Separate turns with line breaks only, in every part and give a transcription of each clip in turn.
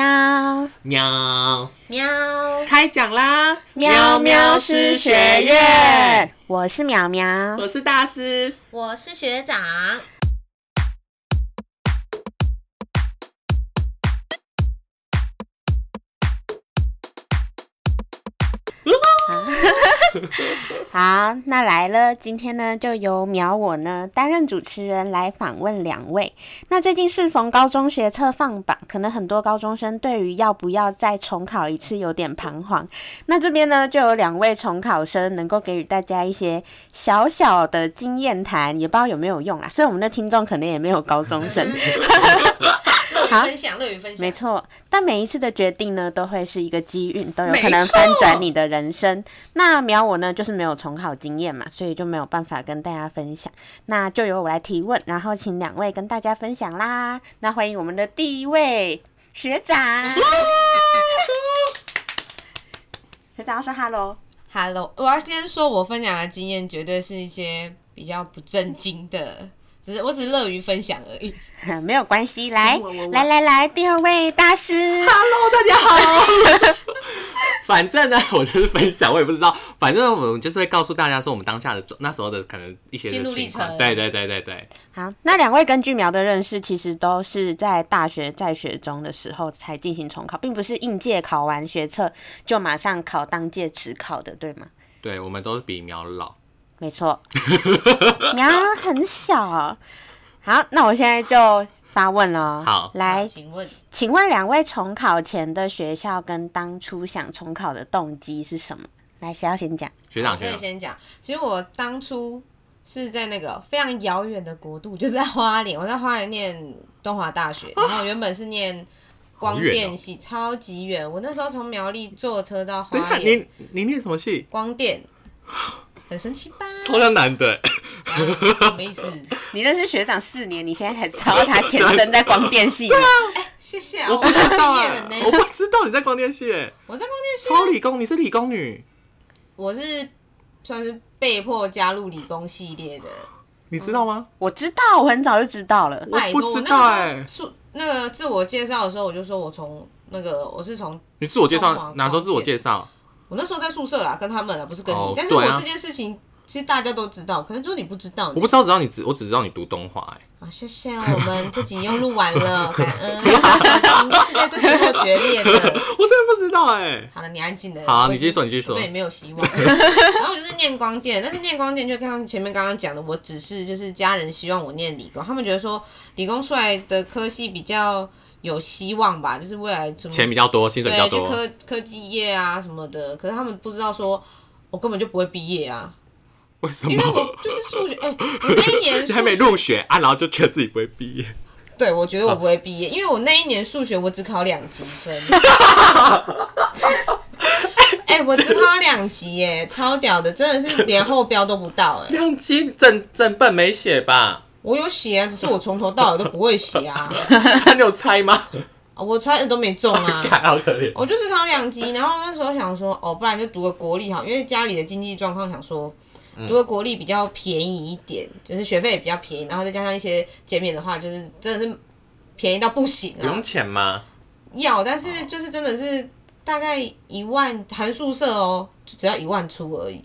喵
喵，
喵
开讲啦！
喵喵师学院，我是苗苗，
我是大师。
我是学长，
好，那来了，今天呢就由苗我呢担任主持人来访问两位。那最近适逢高中学测放榜，可能很多高中生对于要不要再重考一次有点彷徨。那这边呢就有两位重考生能够给予大家一些小小的经验谈，也不知道有没有用啦。所以我们的听众可能也没有高中 生，
乐于
好
分享，乐于分
没
享。
错，但每一次的决定呢，都会是一个机运，都有
没
可能
错
翻转你的人生。那苗我呢，就是没有重考经验嘛，所以就没有办法跟大家分享。那就由我来提问，然后请两位跟大家分享啦。那欢迎我们的第一位学长， 学长要说 hello，
Hello，我要先说，我分享的经验绝对是一些比较不正经的，只是我只是乐于分享而已。
没有关系，来
我我我
来来来，第二位大师，
Hello，大家好。反正呢，我就是分享，我也不知道。反正我们就是会告诉大家说，我们当下的那时候的可能一些的
心路历
情况
程
对对对对对，
好，那两位根据苗的认识，其实都是在大学在学中的时候才进行重考，并不是应届考完学测就马上考当届职考的，对吗？
对我们都是比苗老。
没错， 苗很小。好，那我现在就发问了。
好
来，
请问
请问两位重考前的学校跟当初想重考的动机是什么？来，谁要先讲？
学长
我可
学
以
长，
先讲，其实我当初是在那个非常遥远的国度， 就是在花莲，我在花莲念东华大学，
哦
然后原本是念光
好远哦
电系，超级远。我那时候从苗栗坐车到
等一
花
下，
莲，
你你念什么戏？
光电很神奇吧？
超像男的，
什么意思？
你认识学长四年，你现在才知道他前身在光电系。 对
谢谢啊，
我
我
不知道
毕业
啊
了，
我
呢。
不知道你在光电系耶，
我在光电系啊
超理工，你是理工女，
我是算是被迫加入理工系列的，
你知道
哦
吗？
我知道，我很早就知道了。
我
拜
不
托，我
知道
那
哎
个时候出那个自我介绍的时候，我就说我从那个哦我是从
你自我介
光
绍
华
哪时候自我
光电
介绍？
我那时候在宿舍啦，跟他们啦，不是跟你，
哦
但是我
对啊
这件事情。其实大家都知道，可能就是你不知道
我不知道，只知道你只我只知道你读东华哎。
啊。谢谢，我们这集又录完 了，感恩。 感情就是在这时候决裂 的。
我真的不知道哎、
好了，你安静的。
好啊
我已
你继续说
经
你继续说
我对你没有希 望。然后我就是念光电，但是念光电就跟他们前面刚刚讲的，我只是就是家人希望我念理工，他们觉得说理工出来的科系比较有希望吧，就是未来什么
钱比较多，薪水比较
对去
多，
科科技业啊什么的，可是他们不知道说。我根本就不会毕业啊，
为什
因为
么？
我就是数学，哎、我那一年数
还没
学
入学啊，然后就觉得自己不会毕业，
对，我觉得我不会毕业，因为我那一年数学我只考两级分。哎、我只考两级耶，超屌的，真的是连后标都不到哎。
量级整整本没写吧？
我有写啊，只是我从头到尾都不会写啊，哦
你有猜吗？
我猜的都没中 啊。
看 好可怜，
我就只考两级，然后那时候想说，哦，不然就读个国立好，因为家里的经济状况想说，读个国立比较便宜一点，就是学费也比较便宜，然后再加上一些减免的话，就是真的是便宜到不行
不
啊
用。钱吗？
要，但是就是真的是大概一万含宿舍哦，就只要一万出而已。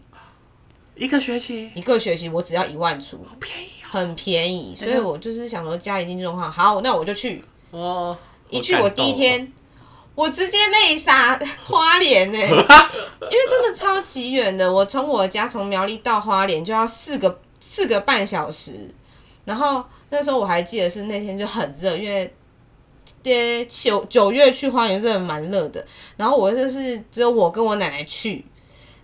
一个学期
一个学期我只要一万出，
便宜哦
很便宜，所以我就是想说家里经济状况好，那我就去。
哦！
一去我第一天，我直接泪洒 花莲呢、因为真的超级远的，我从我家从苗栗到花莲就要四个四个半小时，然后那时候我还记得是那天就很热，因为。呃，九九月去花莲真的蛮热的，然后我就是只有我跟我奶奶去，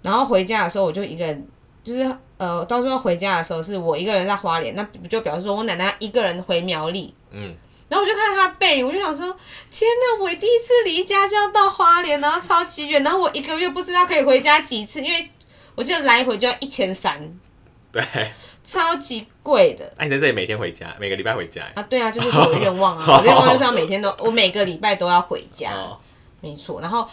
然后回家的时候我就一个人，就是呃，到时候回家的时候是我一个人在花莲，那不就表示说我奶奶一个人回苗栗，
嗯，
然后我就看他背影，我就想说，天哪！我第一次离家就要到花莲，然后超级远，然后我一个月不知道可以回家几次，因为我记得来回就要一千三，
哦对，啊
超级贵的
那、你在这里每天回家，每个礼拜回家欸，
啊！对啊，这就是我的愿望啊！ 我的愿望就是要每天都，我每个礼拜都要回家，
哦，
没错。然后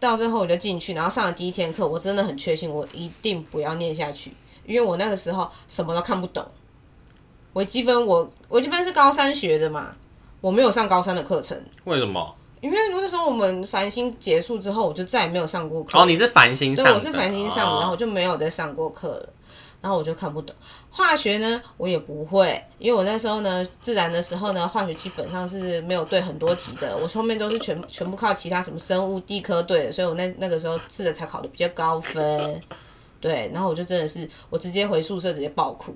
到最后我就进去，然后上了第一天课，我真的很确信我一定不要念下去，因为我那个时候什么都看不懂。微积分我微积分是高三学的嘛，我没有上高三的课程。
为什么？
因为那时候我们繁星结束之后，我就再也没有上过课。
哦，你是繁星上
对，
的，
我是繁星上的，
哦
然后我就没有再上过课了。然后我就看不懂化学呢，我也不会，因为我那时候呢，自然的时候呢，化学基本上是没有对很多题的，我后面都是全全部靠其他什么生物、地科对的，所以我那那个时候自然才考的比较高分。对，然后我就真的是，我直接回宿舍直接爆哭，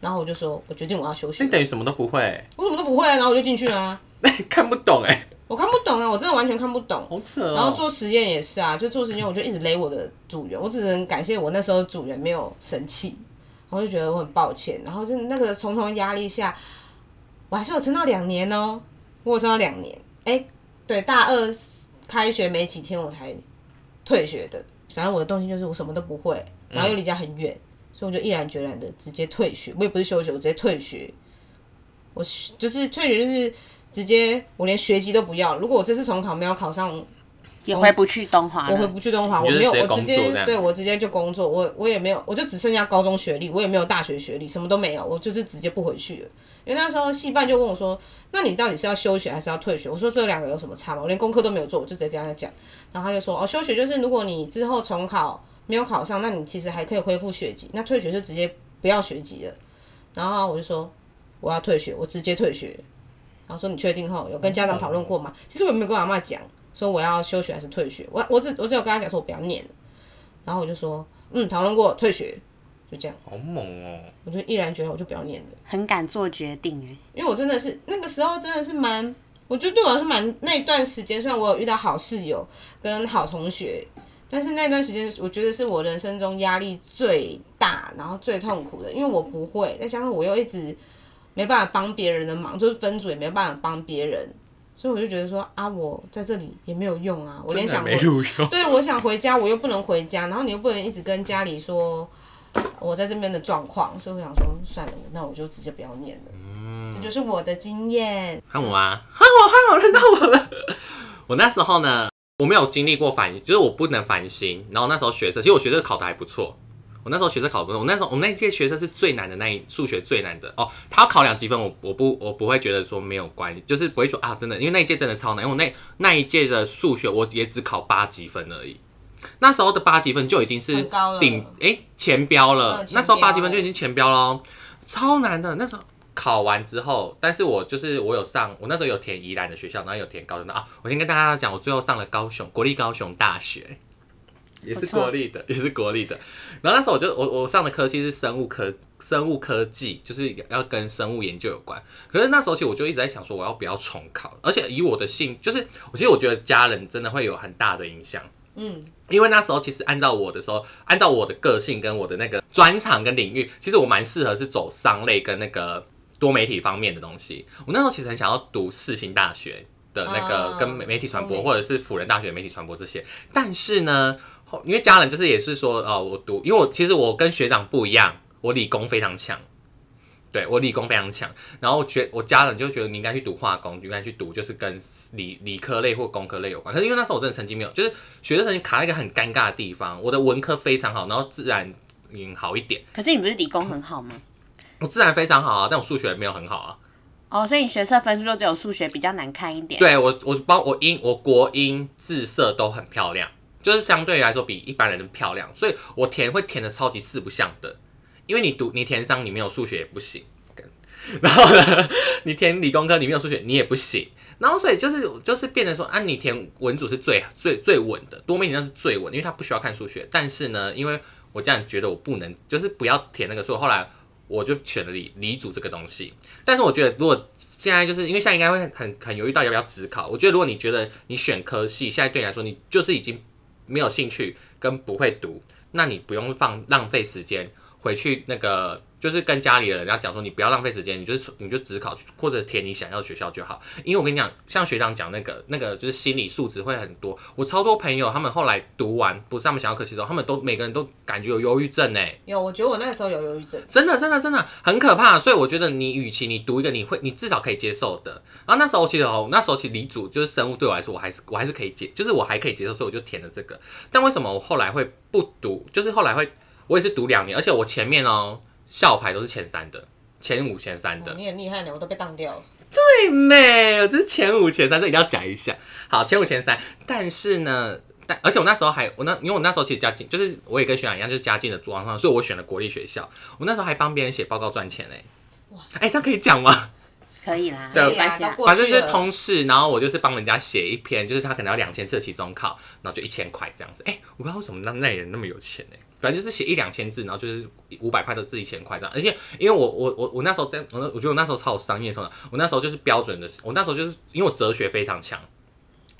然后我就说，我决定我要休息
你，等于什么都不会，
我什么都不会，然后我就进去了、啊，
看不懂哎，
我看不懂啊，我真的完全看不懂。
好扯哦。
然后做实验也是啊，就做实验我就一直雷我的组员，我只能感谢我那时候组员没有生气，我就觉得我很抱歉。然后就那个重重压力下，我还是有撑到两年哦、我有撑到两年。哎、对，大二开学没几天我才退学的。反正我的动机就是我什么都不会，然后又离家很远，所以我就毅然决然的直接退学。我也不是休学，我直接退学。我就是退学，就是直接我连学籍都不要。如果我这次重考没有考上
也回不去东华
我回
了。
不去东华，
你
我
就是
没有，
直接工作这
我直接
样
对我直接就工作，我我也没有，我就只剩下高中学历，我也没有大学学历，什么都没有，我就是直接不回去了。因为那时候系办就问我说：“那你到底是要休学还是要退学？”我说：“这两个有什么差吗？我连功课都没有做，我就直接跟他讲。”然后他就说：“哦，休学就是如果你之后重考没有考上，那你其实还可以恢复学籍；那退学就直接不要学籍了。”然后我就说：“我要退学，我直接退学。”然后说：“你确定后有跟家长讨论过吗？”其实我也没有跟我阿妈讲。说我要休学还是退学，我我只我只有跟他讲说我不要念了，然后我就说嗯讨论过退学，就这样，
好猛哦，
我就毅然决然我就不要念了，
很敢做决定哎、
因为我真的是那个时候真的是蛮，我觉得对我来说蛮那一段时间，虽然我有遇到好室友跟好同学，但是那段时间我觉得是我人生中压力最大，然后最痛苦的，因为我不会，再加上我又一直没办法帮别人的忙，就是分组也没办法帮别人。所以我就觉得说啊，我在这里也没有用啊，我连
真的
想
没录用，
对，我想回家，我又不能回家，然后你又不能一直跟家里说我在这边的状况，所以我想说算了，那我就直接不要念了。
嗯
这就是我的经验。
喊我啊，喊我，喊我，认到我了。 我那时候呢，我没有经历过反，就是我不能反心。然后那时候学测，其实我学测考的还不错。我那时候学测考得不错，我那时候我们那一届学测是最难的那一数学最难的哦。他要考两积分，我我不我不会觉得说没有关系，就是不会说啊真的，因为那一届真的超难，因为我那那一届的数学我也只考八积分而已。那时候的八积分就已经是
很高了
顶哎、前标了，
嗯前
那时候八
标
积分就已经前标喽，超难的。那时候考完之后，但是我就是我有上，我那时候有填宜兰的学校，然后有填高中的啊。我先跟大家讲，我最后上了高雄国立高雄大学，也
不
是
错
国立 的，也是国立的。然后那时候我就我我上的科系是生物科生物科技，就是要跟生物研究有关。可是那时候其实我就一直在想说，我要不要重考？而且以我的性，就是我其实我觉得家人真的会有很大的影响。
嗯，
因为那时候其实按照我的时候，按照我的个性跟我的那个专长跟领域，其实我蛮适合是走商类跟那个多媒体方面的东西。我那时候其实很想要读世新大学的那个
啊
跟媒媒体传
多
播，
媒体
或者是辅仁大学媒体传播这些，但是呢，后因为家人就是也是说，哦，我读，因为我其实我跟学长不一样，我理工非常强。对我理工非常强，然后觉我家人就觉得你应该去读化工，你应该去读就是跟理理科类或工科类有关。可是因为那时候我真的成绩没有，就是学生成绩卡在一个很尴尬的地方。我的文科非常好，然后自然嗯好一点，
可是你不是理工很好吗？
我自然非常好啊，但我数学没有很好啊。
哦，所以你学测分数就只有数学比较难看一点。
对我我包我英我国英自色都很漂亮，就是相对来说比一般人都漂亮，所以我填会填的超级四不像的，因为你读你填商你没有数学也不行，然后呢你填理工科你没有数学你也不行，然后所以就是就是变成说啊你填文组是最最最稳的，多媒体那是最稳，因为它不需要看数学，但是呢因为我这样觉得我不能就是不要填那个数，后来。我就选了理理组这个东西，但是我觉得如果现在就是因为现在应该会很很犹豫到底要不要只考。我觉得如果你觉得你选科系，现在对你来说你就是已经没有兴趣跟不会读，那你不用放浪费时间回去那个就是跟家里的人要讲说你不要浪费时间，你就是你就只考或者填你想要的学校就好。因为我跟你讲，像学长讲那个那个就是心理素质会很多。我超多朋友他们后来读完不是他们想要科系之后，他们都每个人都感觉有忧郁症哎、
有，我觉得我那个时候有忧郁症。
真的，真的，真的很可怕。所以我觉得你，与其你读一个你会，你至少可以接受的。然后那时候其实哦，那时候其实理组就是生物对我来说，我还是我还是可以接，就是我还可以接受，所以我就填了这个。但为什么我后来会不读？就是后来会，我也是读两年，而且我前面哦校牌都是前三的，前五前三的
哦。你很厉害呢，我都被当掉了。
最美，我这是前五前三，这一定要讲一下。好，前五前三，但是呢，但而且我那时候还我那因为我那时候其实家境就是我也跟学长一样，就是家境的状况，所以我选了国立学校。我那时候还帮别人写报告赚钱嘞、哇，哎、这样可以讲吗？
可以啦，
对
没
对
关
啊，
系
都
啦。
过
反正
去
就是
了。
通识，然后我就是帮人家写一篇，就是他可能要两千字的期中考，然后就一千块这样子。哎、我不知道为什么那那人那么有钱哎、反正就是写一两千字，然后就是五百块的字一千块这样。而且因为我我我我那时候在，我那我觉得我那时候超有商业头脑，我那时候就是标准的，我那时候就是因为我哲学非常强，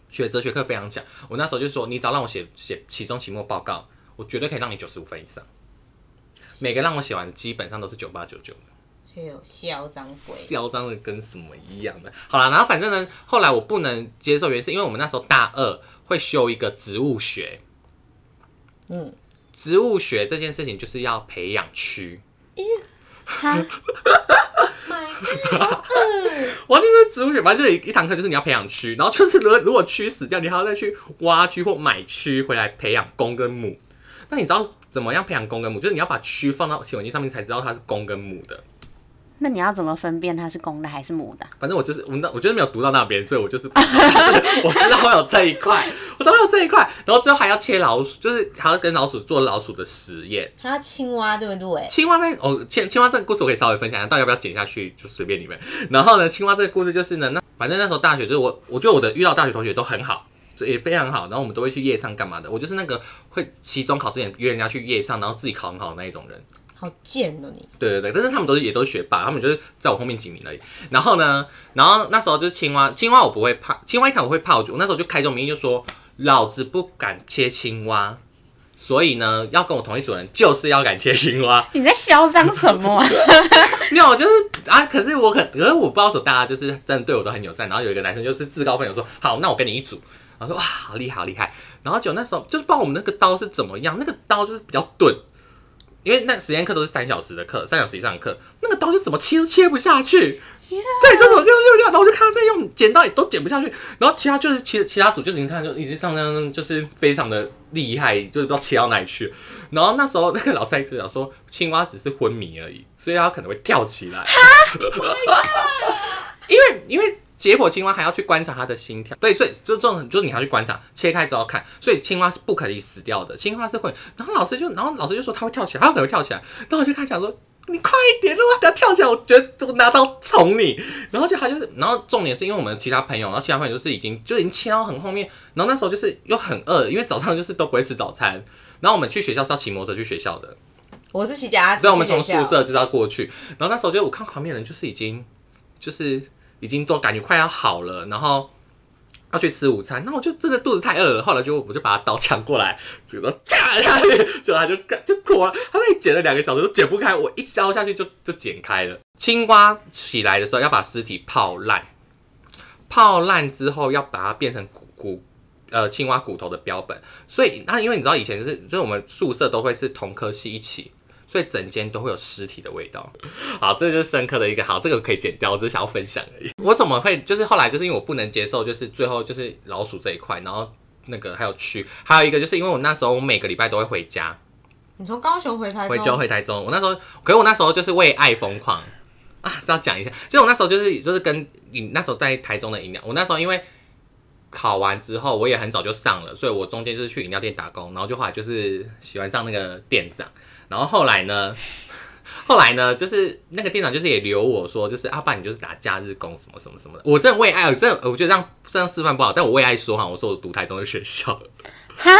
学哲学课非常强，我那时候就说你只要让我写写期中期末报告，我绝对可以让你九十五分以上。每个让我写完，基本上都是九八九九。
哎呦，嚣张鬼！
嚣张的跟什么一样的。好啦，然后反正呢，后来我不能接受，原因是因为我们那时候大二会修一个植物学，
嗯，
植物学这件事情就是要培养蛆。
哈，
My
我就是植物学，反正就是一堂课就是你要培养蛆，然后就是如果如果蛆死掉，你还要再去挖蛆或买蛆回来培养公跟母。那你知道怎么样培养公跟母？就是你要把蛆放到显微镜上面才知道它是公跟母的。
那你要怎么分辨它是公的还是母的啊？
反正我就是我那我就是没有读到那边，所以我就是 我知道会有这一块，我知道会有这一块，然后之后还要切老鼠，就是还要跟老鼠做老鼠的实验。
还有青蛙，对不对？
青蛙那哦，青青蛙这个故事我可以稍微分享一下，到底要不要剪下去就随便你们。然后呢，青蛙这个故事就是呢，那反正那时候大学就是我，我觉得我的遇到大学同学都很好，就也非常好。然后我们都会去夜唱干嘛的，我就是那个会期中考之前约人家去夜唱，然后自己考很好的那一种人。
好贱哦你！
对对对，但是他们都是也都是学霸，他们就是在我后面几名而已。然后呢，然后那时候就是青蛙，青蛙我不会怕，青蛙一看我会怕，我就我那时候就开宗明义就说，老子不敢切青蛙，所以呢，要跟我同一组人就是要敢切青蛙。
你在嚣张什么啊？
没有，就是啊，可是我可可是我不知道为什么大家就是真的对我都很友善。然后有一个男生就是自告奋勇说，好，那我跟你一组。然后说哇，好厉害，好厉害。然后就那时候就是不知道我们那个刀是怎么样，那个刀就是比较钝，因为那实验课都是三小时的课，三小时以上的课，那个刀就怎么切都切不下去。对，就是我就就这样，然后我就看他在用剪刀也都剪不下去，然后其他就是其其他组就是你看就已经上上就是非常的厉害，就是不知道切到哪里去。然后那时候那个老师还跟我讲说，青蛙只是昏迷而已，所以它可能会跳起来。因为因为解剖青蛙还要去观察它的心跳，对，所以就这种就是你还要去观察，切开之后看，所以青蛙是不可以死掉的，青蛙是会。然后老师就，然后老师就说它会跳起来，它可能会跳起来。然后我就开始想说，你快一点，如果它跳起来，我觉得我拿刀捅你。然后就他就是，然后重点是因为我们其他朋友，然后其他朋友就是已经就已经切到很后面，然后那时候就是又很饿，因为早上就是都不会吃早餐。然后我们去学校是要骑摩托车去学校的，
我是骑脚踏车，
所以我们从
去学校
宿舍就是要过去。然后那时候就我看旁边人就是已经就是已经都感觉快要好了，然后要去吃午餐，那我就真的肚子太饿了，后来就我就把他刀抢过来，就说架下去，结果他就就果然他那里剪了两个小时都剪不开，我一削下去就就剪开了。青蛙起来的时候要把尸体泡烂，泡烂之后要把它变成骨骨呃青蛙骨头的标本，所以那因为你知道以前就是就是我们宿舍都会是同科系一起，所以整间都会有尸体的味道。好，这就是深刻的一个好，这个可以剪掉，我只是想要分享而已。我怎么会就是后来就是因为我不能接受，就是最后就是老鼠这一块，然后那个还有蛆，还有一个就是因为我那时候我每个礼拜都会回家，
你从高雄回台
回就
中，
回台中。我那时候，可是我那时候就是为爱疯狂啊，是要讲一下，就是我那时候就是就是跟你那时候在台中的饮料，我那时候因为考完之后我也很早就上了，所以我中间就是去饮料店打工，然后就后来就是喜欢上那个店长，然后后来呢。 后来呢，就是那个店长就是也留我说，就是啊阿爸、不然你就是打假日工什么什么什么的。我真的为爱，我真的我觉得这样这样示范不好，但我为爱说哈，我说我读台中的学校，
哈，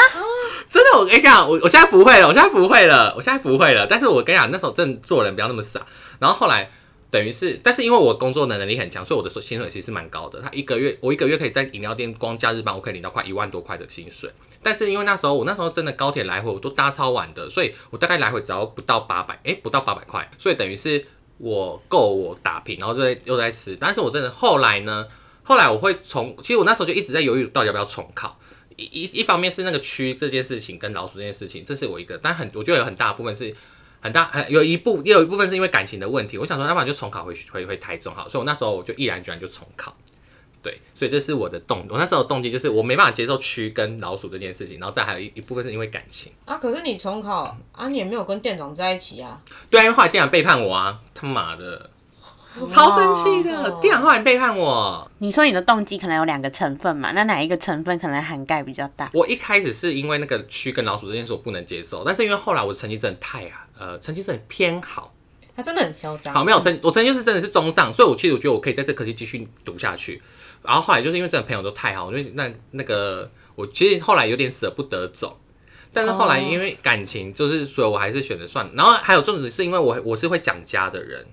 真的，我跟你讲，我我现在不会了，我现在不会了，我现在不会了。但是我跟你讲，那时候真的做人不要那么傻。然后后来等于是，但是因为我工作的能力很强，所以我的薪水其实蛮高的。他一个月，我一个月可以在饮料店光假日班，我可以领到快一万多块的薪水。但是因为那时候我那时候真的高铁来回我都搭超晚的，所以我大概来回只要不到八百，哎，不到八百块，所以等于是我够我打拼，然后就在又在吃。但是我真的后来呢，后来我会从，其实我那时候就一直在犹豫到底要不要重考。一一一方面是那个蛆这件事情跟老鼠这件事情，这是我一个，但很我觉得有很大部分是很大，很有一部也有一部分是因为感情的问题。我想说，要不然就重考回去回回台中好，所以我那时候我就毅然决然就重考。对，所以这是我的动，我那时候的动机就是我没办法接受蛆跟老鼠这件事情，然后再还有一一部分是因为感情。
啊，可是你重考啊，你也没有跟店长在一起啊。
对啊，因为后来店长背叛我啊，他妈的！超生气的
哦，
店长后来背叛我。
你说你的动机可能有两个成分嘛？那哪一个成分可能涵盖比较大？
我一开始是因为那个蛆跟老鼠这件事我不能接受，但是因为后来我成绩真的太呃成绩真的偏好，
他真的很嚣张。
好没有成我成绩是真的是中上，所以我其实我觉得我可以在这科系继续读下去。然后后来就是因为真的朋友都太好，我就那那个我其实后来有点舍不得走。但是后来
哦
因为感情，就是所以我还是选择算了。然后还有重点是因为我我是会想家的人，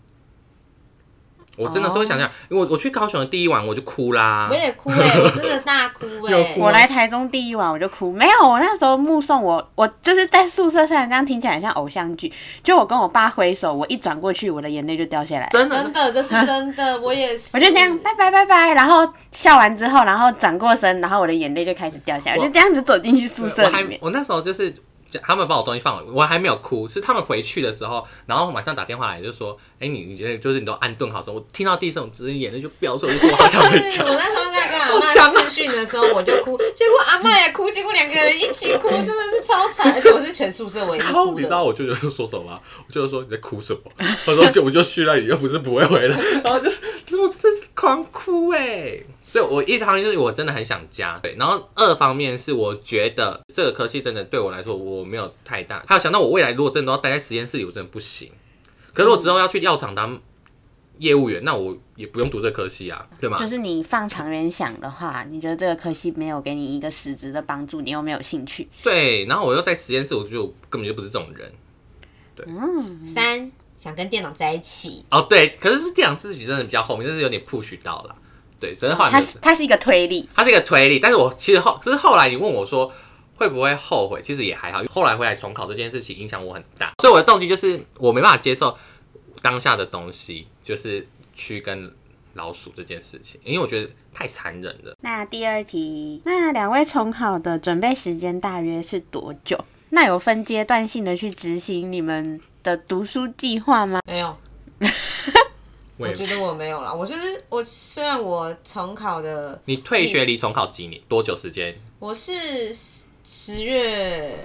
我真的是会想家。因为我我去高雄的第一晚我就哭啦
哦我，也哭哎、我真的大哭 哎、
又哭啊
我来台中第一晚我就哭，没有，我那时候目送我，我就是在宿舍，虽然这样听起来很像偶像剧，就我跟我爸挥手，我一转过去，我的眼泪就掉下来了。
真的
真的，这是真的，我也是。
我就这样拜拜拜拜，然后笑完之后，然后转过身，然后我的眼泪就开始掉下来，
我
我就这样子走进去宿
我
舍里
还
面。
我那时候就是他们把我东西放好，我还没有哭，是他们回去的时候，然后晚上打电话来就说，哎、你你觉得就是你都安顿好之后，我听到第一声，我直接眼泪就飙出来，我就说我好想回
是
家。
我那时候在跟阿
我讲
妈视讯的时候，我就哭，结果阿妈也哭，结果两个人一起哭，真的是超惨，而且我是全宿舍唯一
然后
哭
你知
的。
道我舅舅说什么吗？我舅舅说你在哭什么？他说就我就续了，你又不是不会回来。 然后就，就是我真的是狂哭哎、所以我一方面就是我真的很想家，对，然后二方面是我觉得这个科系真的对我来说我没有太大，还有想到我未来如果真的都要待在实验室里，我真的不行。可是我之后要去药厂当业务员，那我也不用读这科系啊，对吗？
就是你放长远想的话，你觉得这个科系没有给你一个实质的帮助，你又没有兴趣，
对，然后我又在实验室，我就根本就不是这种人。
三想跟电脑在一起，
哦，对，可是是电脑自己真的比较后面，就是有点 push 到了，对，啊只是后来没
它
有
是它是一个推力。
它是一个推理，但是我其实后，只是后来你问我说会不会后悔，其实也还好。后来回来重考这件事情影响我很大，所以我的动机就是我没办法接受当下的东西，就是蛆跟老鼠这件事情，因为我觉得太残忍了。
那第二题，那两位重考的准备时间大约是多久？那有分阶段性的去执行你们的读书计划吗？
没有，
我
我
也
觉得我没有啦。我就是我，虽然我重考的，
你退学离重考几年？多久时间？
我是十十月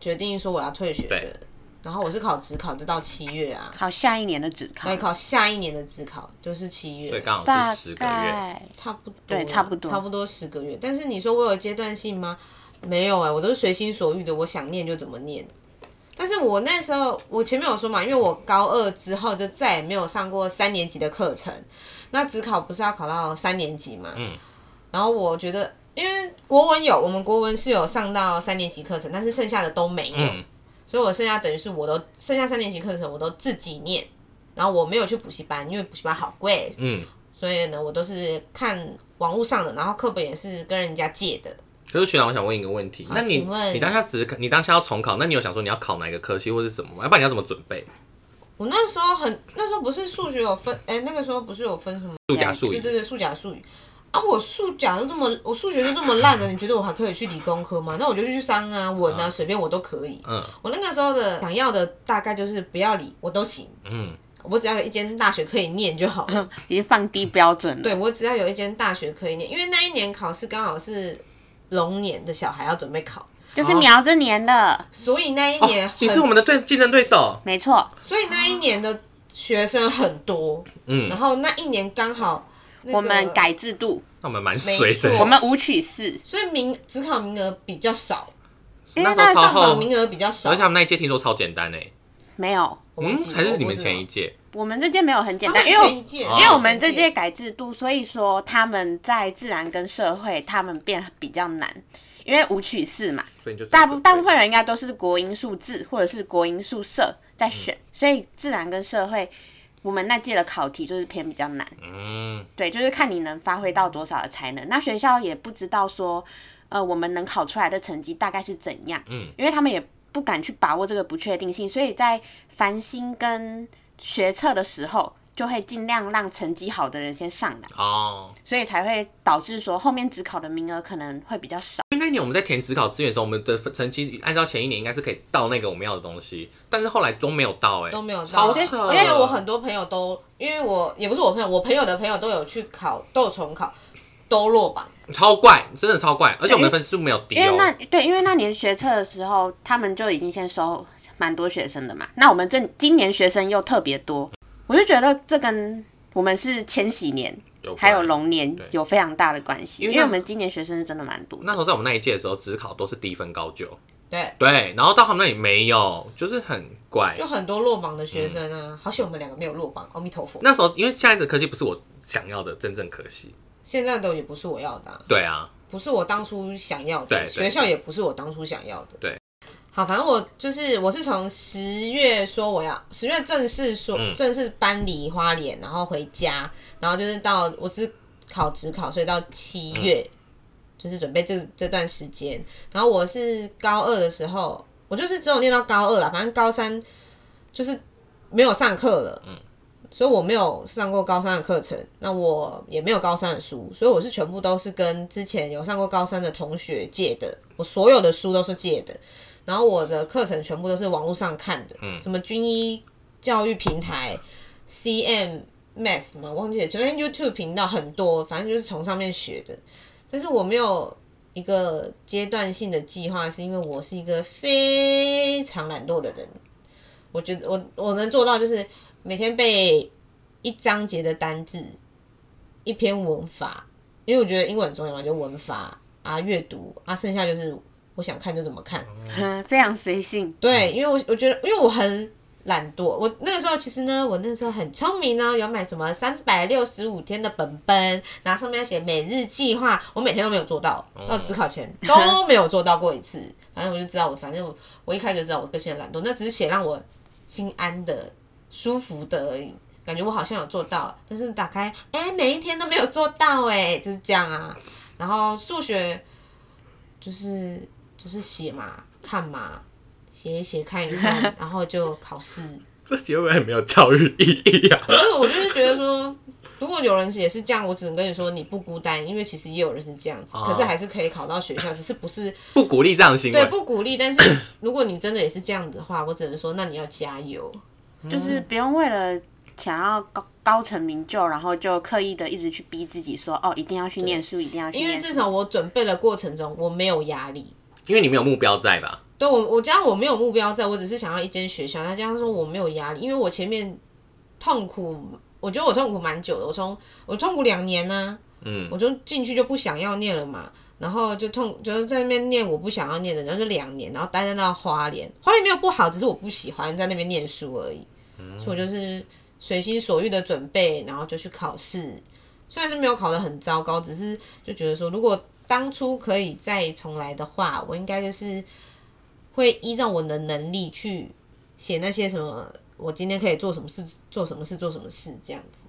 决定说我要退学
对
的，然后我是考职考，就到七月啊，
考下一年的职考
对，，考下一年的职考就是七月，
对，刚好
大
是十个月。
概
差不多，
对差不多
差不多十个月。但是你说我有阶段性吗？没有哎、我都是随心所欲的，我想念就怎么念。但是我那时候，我前面有说嘛，因为我高二之后就再也没有上过三年级的课程，那只考不是要考到三年级嘛？
嗯。
然后我觉得，因为国文有，我们国文是有上到三年级课程，但是剩下的都没有。
嗯，
所以我剩下等于是我都剩下三年级课程我都自己念，然后我没有去补习班，因为补习班好贵，
嗯，
所以呢，我都是看网络上的，然后课本也是跟人家借的。
可是学长，我想问一个问题，
好
那你
请问
你当下只你当下要重考，那你有想说你要考哪一个科系或是什么吗？要不然你要怎么准备？
我那时候很，那时候不是数学有分，哎、那个时候不是有分什么？
数甲数
对
乙
对对，数甲数语。啊，我数甲就这么，我数学就这么烂了，你觉得我还可以去理工科吗？那我就去商啊、文啊，随便我都可以。
嗯
我那个时候的想要的大概就是不要理，我都行，
嗯，
我只要有一间大学可以念就好了。
已经放低标准了。
对我只要有一间大学可以念，因为那一年考试刚好是龙年的小孩要准备考，
就是瞄着年的，
所以那一
哦
年、，
你是我们的对竞争对手，
没错。
所以那一年的学生很多，
嗯
然，后那一年刚好、那个
我们，改制度，
那我们蛮水的
没错
我，们无取士，
所以名只考名额比较少，
因
那
为
时候
那时
超
上
厚
榜，名额比较少
而且。他们那一届听说超简单诶，
没有，
我忘
嗯
记，了
还是你们前一，
届？
届？啊
我们这届没有很简
他
单，
们
因为
前一届，
因为
因为我
前
们
一
这届改制度，所以说他们在自然跟社会他们变比较难，因为无取士嘛，
所以你就
大部大部分人应该都是国英数字或者是国英数社
嗯
在选，所以自然跟社会。我们那届的考题就是偏比较难，
嗯，
对，就是看你能发挥到多少的才能。那学校也不知道说，呃，我们能考出来的成绩大概是怎样，
嗯，
因为他们也不敢去把握这个不确定性，所以在繁星跟学测的时候，就会尽量让成绩好的人先上来，
哦，
所以才会导致说后面只考的名额可能会比较少。
因为那一年我们在填职考志愿的时候，我们的成绩按照前一年应该是可以到那个我们要的东西，但是后来都没有到欸诶，
都没有
超
到，
扯的，
而且我很多朋友都，因为我也不是我朋友，我朋友的朋友都有去考，都有重考，都落榜。
超怪，真的超怪，而且我们的分数没有低
因为那
哦，
对，因为那年学测的时候，他们就已经先收蛮多学生的嘛。那我们这今年学生又特别多，我就觉得这跟我们是千禧年
有关
还有龙年
对
有非常大的关系，
因
因
为
为
那
我们今年学生是真的蛮多的。
那时候在我们那一届的时候，只考都是低分高就，
对，
对，然后到他们那里没有，就是很怪。
就很多落榜的学生啊，好险我们两个没有落榜，阿弥陀佛。
那时候因为下一次科系不是我想要的真正科系，
现在都也不是我要的啊、
对啊，
不是我当初想要
对
的，
对
学校也不是我当初想要的。
对，
好，反正我就是我是从十月说我要十月正式说、
嗯
正式搬离花莲，然后回家，然后就是到我只考职考，所以到七月、
嗯
就是准备这这段时间。然后我是高二的时候，我就是只有念到高二啦，反正高三就是没有上课了。所以我没有上过高三的课程，那我也没有高三的书，所以我是全部都是跟之前有上过高三的同学借的，我所有的书都是借的，然后我的课程全部都是网络上看的，什么军医教育平台、CM Math 嘛，忘记了，就算 YouTube 频道很多，反正就是从上面学的，但是我没有。一个阶段性的计划，是因为我是一个非常懒惰的人。我觉得我我能做到就是每天背一章节的单字，一篇文法，因为我觉得英文很重要嘛，就文法啊、阅读啊，剩下就是我想看就怎么看。
嗯， 非常随性。
对，因为我我觉得，因为我很懒惰，我那个时候其实呢，我那个时候很聪明哦呢，有买什么三百六十五天的本本，然后上面要写每日计划，我每天都没有做到，到只考前都没有做到过一次。反正我就知道我，反正我我一开始就知道我个性很懒惰，那只是写让我心安的、舒服的而已。感觉我好像有做到，但是打开，哎、每一天都没有做到、哎，就是这样啊。然后数学就是就是写嘛，看嘛，写一写，看一看，然后就考试。
这结尾很没有教育意义啊。
可是我就是觉得说，如果有人也是这样，我只能跟你说你不孤单，因为其实也有人是这样子，
哦
可是还是可以考到学校，只是不是
不鼓励这样的行
对
为。
不鼓励。但是如果你真的也是这样子的话，我只能说那你要加油。
嗯
就是不用为了想要高高成名就，然后就刻意的一直去逼自己说，哦，一定要去念书，一定要去
因为
念
至
书。
少我准备的过程中，我没有压力。
因为你没有目标在吧？
对我，我加上我没有目标在，我只是想要一间学校。那加上说我没有压力，因为我前面痛苦，我觉得我痛苦蛮久的。我从我痛苦两年呢、
嗯，
我就进去就不想要念了嘛，然后就痛，就是在那边念我不想要念的，然后就两年，然后待在那花莲，花莲没有不好，只是我不喜欢在那边念书而已，所以我就是随心所欲的准备，然后就去考试，虽然是没有考得很糟糕，只是就觉得说，如果当初可以再重来的话，我应该就是会依照我的能力去写那些什么，我今天可以做什么事，做什么事，做什么事这样子。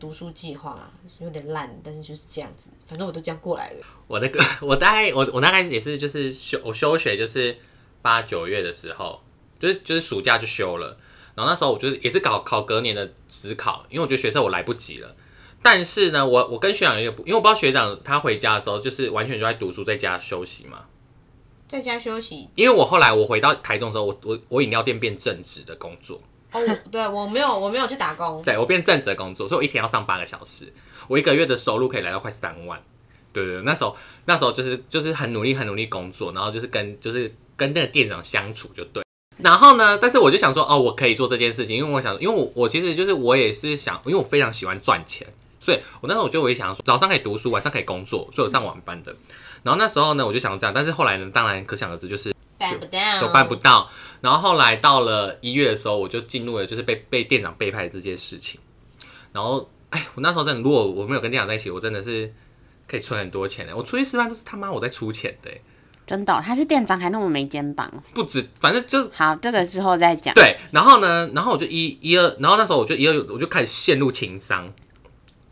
读书计划啦，有点烂，但是就是这样子，反正我都这样过来了。
我那个 我大概我我大概也是就是休我休学就是八九月的时候，就是就是暑假就休了。然后那时候我就是也是考考隔年的职考，因为我觉得学测我来不及了。但是呢，我我跟学长有点不，因为我不知道学长他回家的时候就是完全就在读书，在家休息嘛。
在家休息
因为我后来我回到台中的时候，我我我饮料店变正职的工作，
哦，我对我没有，我没有去打工，
对我变正职的工作，所以我一天要上八个小时，我一个月的收入可以来到快三万。对对对，那时候那时候就是就是很努力很努力工作，然后就是跟就是跟那个店长相处就对。然后呢，但是我就想说，哦，我可以做这件事情，因为我想，因为我我其实就是我也是想，因为我非常喜欢赚钱，所以我那时候我就我也想说，早上可以读书，晚上可以工作，所以我上晚班的。然后那时候呢，我就想这样，但是后来呢，当然可想而知，就是
办不到，
都办不到。然后后来到了一月的时候，我就进入了就是被被店长背叛这件事情。然后，哎，我那时候真的，如果我没有跟店长在一起，我真的是可以存很多钱的。我出去吃饭都是他妈我在出钱的，欸
真的哦、他是店长还那么没肩膀。
不止，反正就是
好，这个之后再讲。
对。然后呢，然后我就一一二，然后那时候我就一二，我就开始陷入情伤。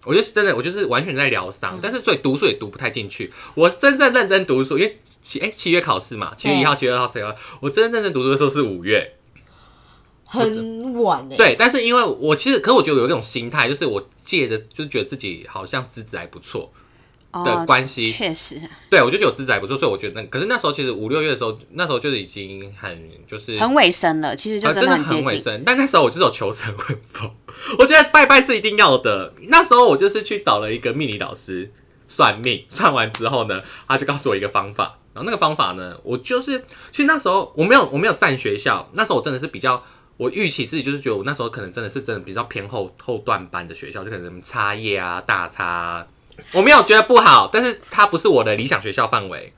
我就是真的，我就是完全在疗伤，但是所以读书也读不太进去。我真正认真读书，因为七哎、七月考试嘛，七月一号、七月二号、七月二号，我真正认真读书的时候是五月。
很晚哎、
对，但是因为我其实，可是我觉得有一种心态，就是我借着就觉得自己好像资质还不错的
哦，
关系，
确实
对我就觉得我资质还不错，所以我觉得那可是那时候其实五六月的时候，那时候就是已经很就是
很尾声了，其实就
呃
真
真
的
的
接
很尾
近。
声，但那时候我就是有求神问佛，我觉得拜拜是一定要的。那时候我就是去找了一个命理老师算命，算完之后呢，他就告诉我一个方法，然后那个方法呢，我就是其实那时候我没有我没有占学校，那时候我真的是比较我预期自己就是觉得我那时候可能真的是真的比较偏后后段班的学校，就可能差业啊、大差啊、我没有觉得不好，但是它不是我的理想学校范围。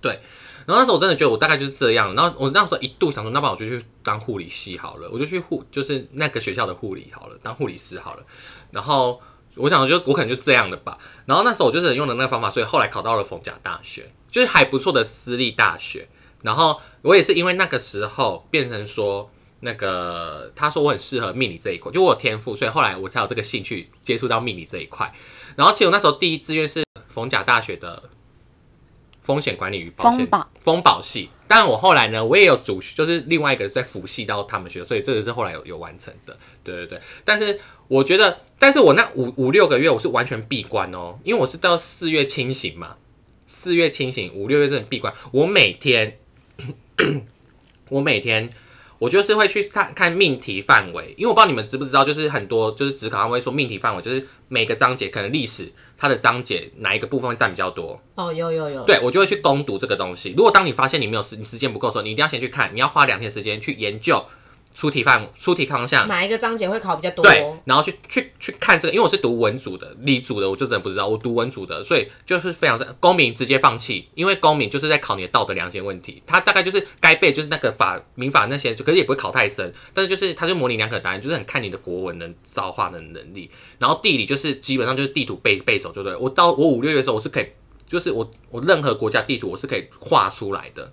对，然后那时候我真的觉得我大概就是这样，然后我那时候一度想说，那不然我就去当护理系好了，我就去护就是那个学校的护理好了，当护理师好了。然后我想就我可能就这样的吧。然后那时候我就是用的那个方法，所以后来考到了逢甲大学，就是还不错的私立大学。然后我也是因为那个时候变成说，那个他说我很适合命理这一块，就我有天赋，所以后来我才有这个兴趣接触到命理这一块。然后其实我那时候第一志愿是逢甲大学的风险管理与保险
风保
风保系，但我后来呢，我也有主修就是另外一个在辅系到他们学，所以这个是后来有有完成的。对对对，但是我觉得，但是我那五五六个月我是完全闭关哦，因为我是到四月清醒嘛，四月清醒，五六月真的闭关，我每天， 我每天。我就是会去看看命题范围，因为我不知道你们知不知道，就是很多就是职考他们会说命题范围，就是每个章节可能历史它的章节哪一个部分会占比较多，
哦，有有有，
对我就会去攻读这个东西。如果当你发现你没有时你时间不够的时候，你一定要先去看，你要花两天时间去研究出题范出题方向，
哪一个章节会考比较多？
对，然后去去去看这个，因为我是读文组的，理组的我就真的不知道，我读文组的，所以就是非常公民直接放弃，因为公民就是在考你的道德良心问题，他大概就是该背就是那个法民法那些，就可是也不会考太深，但是就是他就模棱两可答案，就是很看你的国文能造化的能力，然后地理就是基本上就是地图背背走就对了，我到我五六月的时候我是可以，就是我我任何国家地图我是可以画出来的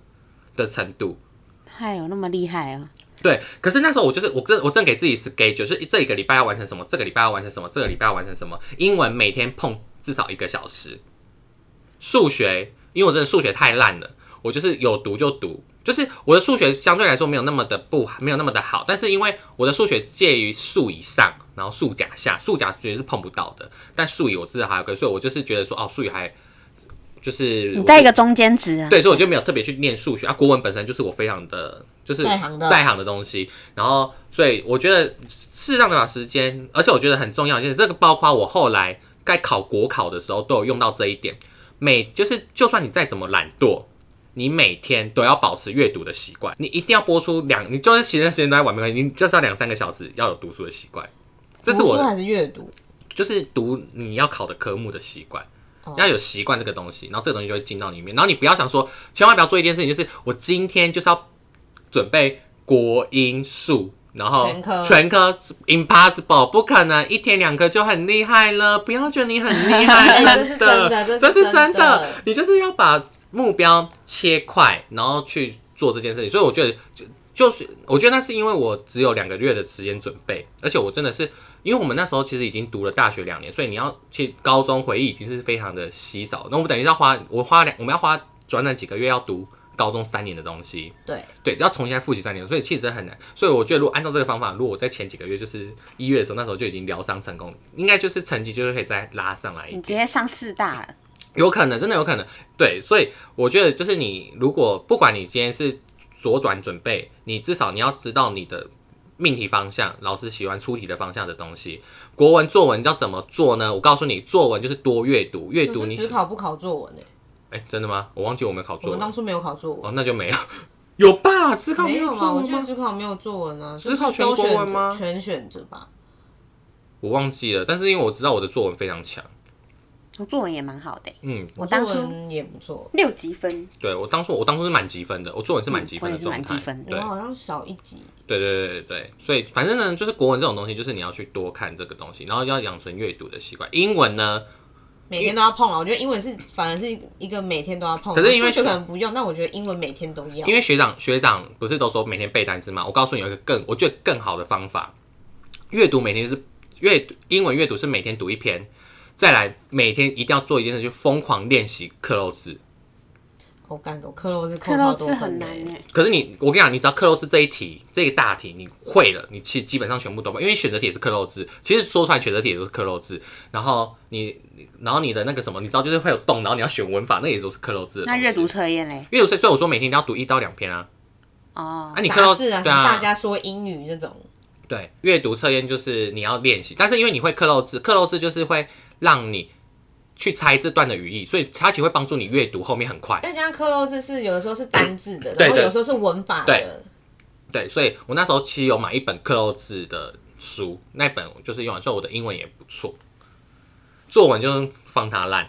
的程度，
还有那么厉害哦、
对，可是那时候我就是我真我真给自己 schedule，就是这一个礼拜要完成什么，这个礼拜要完成什么，这个礼拜要完成什么。英文每天碰至少一个小时，数学因为我真的数学太烂了，我就是有读就读，就是我的数学相对来说没有那么的不没有那么的好，但是因为我的数学介于数以上，然后数甲下，数甲绝对是碰不到的，但数乙我至少还有个，所以我就是觉得说哦，数乙还就是
你
我
在一个中间值啊，
对，所以我就没有特别去念数学啊。国文本身就是我非常的，就是
在行的
在行的东西。然后，所以我觉得适当的把时间，而且我觉得很重要，就是这个包括我后来在考国考的时候都有用到这一点。每就是，就算你再怎么懒惰，你每天都要保持阅读的习惯。你一定要播出两，你就是其他时间都在玩没关系，你就是要两三个小时要有读书的习惯。这是
读
我
书
的
还是阅读？
就是读你要考的科目的习惯
哦，
要有习惯这个东西，然后这个东西就会进到里面。然后你不要想说，千万不要做一件事情，就是我今天就是要准备国英数，然后
全科
全科 impossible 不可能，一天两科就很厉害了。不要觉得你很厉 害，
哎这是真的
的，
这是
是真
真的，
你就是要把目标切块，然后去做这件事情。所以我觉得就。就是我觉得那是因为我只有两个月的时间准备，而且我真的是因为我们那时候其实已经读了大学两年，所以你要去高中回忆已经是非常的稀少。那我们等于要花我花两我们要花短短几个月要读高中三年的东西，
对，
对，要重新再复习三年，所以其实真的很难。所以我觉得，如果按照这个方法，如果我在前几个月，就是一月的时候，那时候就已经疗伤成功，应该就是成绩就是可以再拉上来一
你
点
直接上四大了，
有可能，真的有可能。对，所以我觉得就是你，如果不管你今天是左转准备，你至少你要知道你的命题方向，老师喜欢出题的方向的东西。国文作文要怎么做呢？我告诉你，作文就是多阅读，阅读
可是
你
只考不考作文呢、欸
哎、真的吗？我忘记我没有考
我
作
们
文
当初没有考作文，
哦，那就没有，有吧？只考
没
有
有
作
嘛？我
文
记得
吗？
只考没有作文啊，
只考
是不是都
全国文
选择
吗
全选择吧。
我忘记了，但是因为我知道我的作文非常强，
我作文也蛮好的欸、
嗯，
我当
作
初
文也不错，
六级分，
对我当初我当初是满积分的，我作文是满积分
嗯
的
我也
状
是
态，
满积分的
对
我。好像少一级。
对对对对对，所以反正呢，就是国文这种东西，就是你要去多看这个东西，然后要养成阅读的习惯。英文呢，
每天都要碰了，我觉得英文是反而是一个每天都要碰的，
可是因为
数学可能不用，但我觉得英文每天都要
因。为学长学长不是都说每天背单词吗？我告诉你有一个更我觉得更好的方法，阅读每天就是阅读英文阅读是每天读一篇，再来每天一定要做一件事，就疯狂练习克漏字。
我干，我克漏是
克
扣
漏
超多
字很
分的
难哎、
可是你，我跟你讲，你只要克漏字这一题，这个大题你会了，你其实基本上全部都会，因为选择题也是克漏字。其实说出来选择题也都是克漏字，然后你，你然后你的那个什么，你知道就是会有洞，然后你要选文法，那也都是克漏字的东
那
西。
阅读测验嘞？
阅读，所以所以我说每天你要读一到两篇啊。
哦
啊，，你克漏
杂志啊，
对
什么大
啊，
家说英语这种，
对，阅读测验就是你要练习，但是因为你会克漏字，克漏字就是会让你去猜这段的语义，所以它其实会帮助你阅读后面很快。
再加上克漏字是有的时候是单字的，
对
然后
对
有时候是文法
对
的，
对，所以我那时候其实有买一本克漏字的书，那本我就是用完之后，我的英文也不错，作文就放它烂。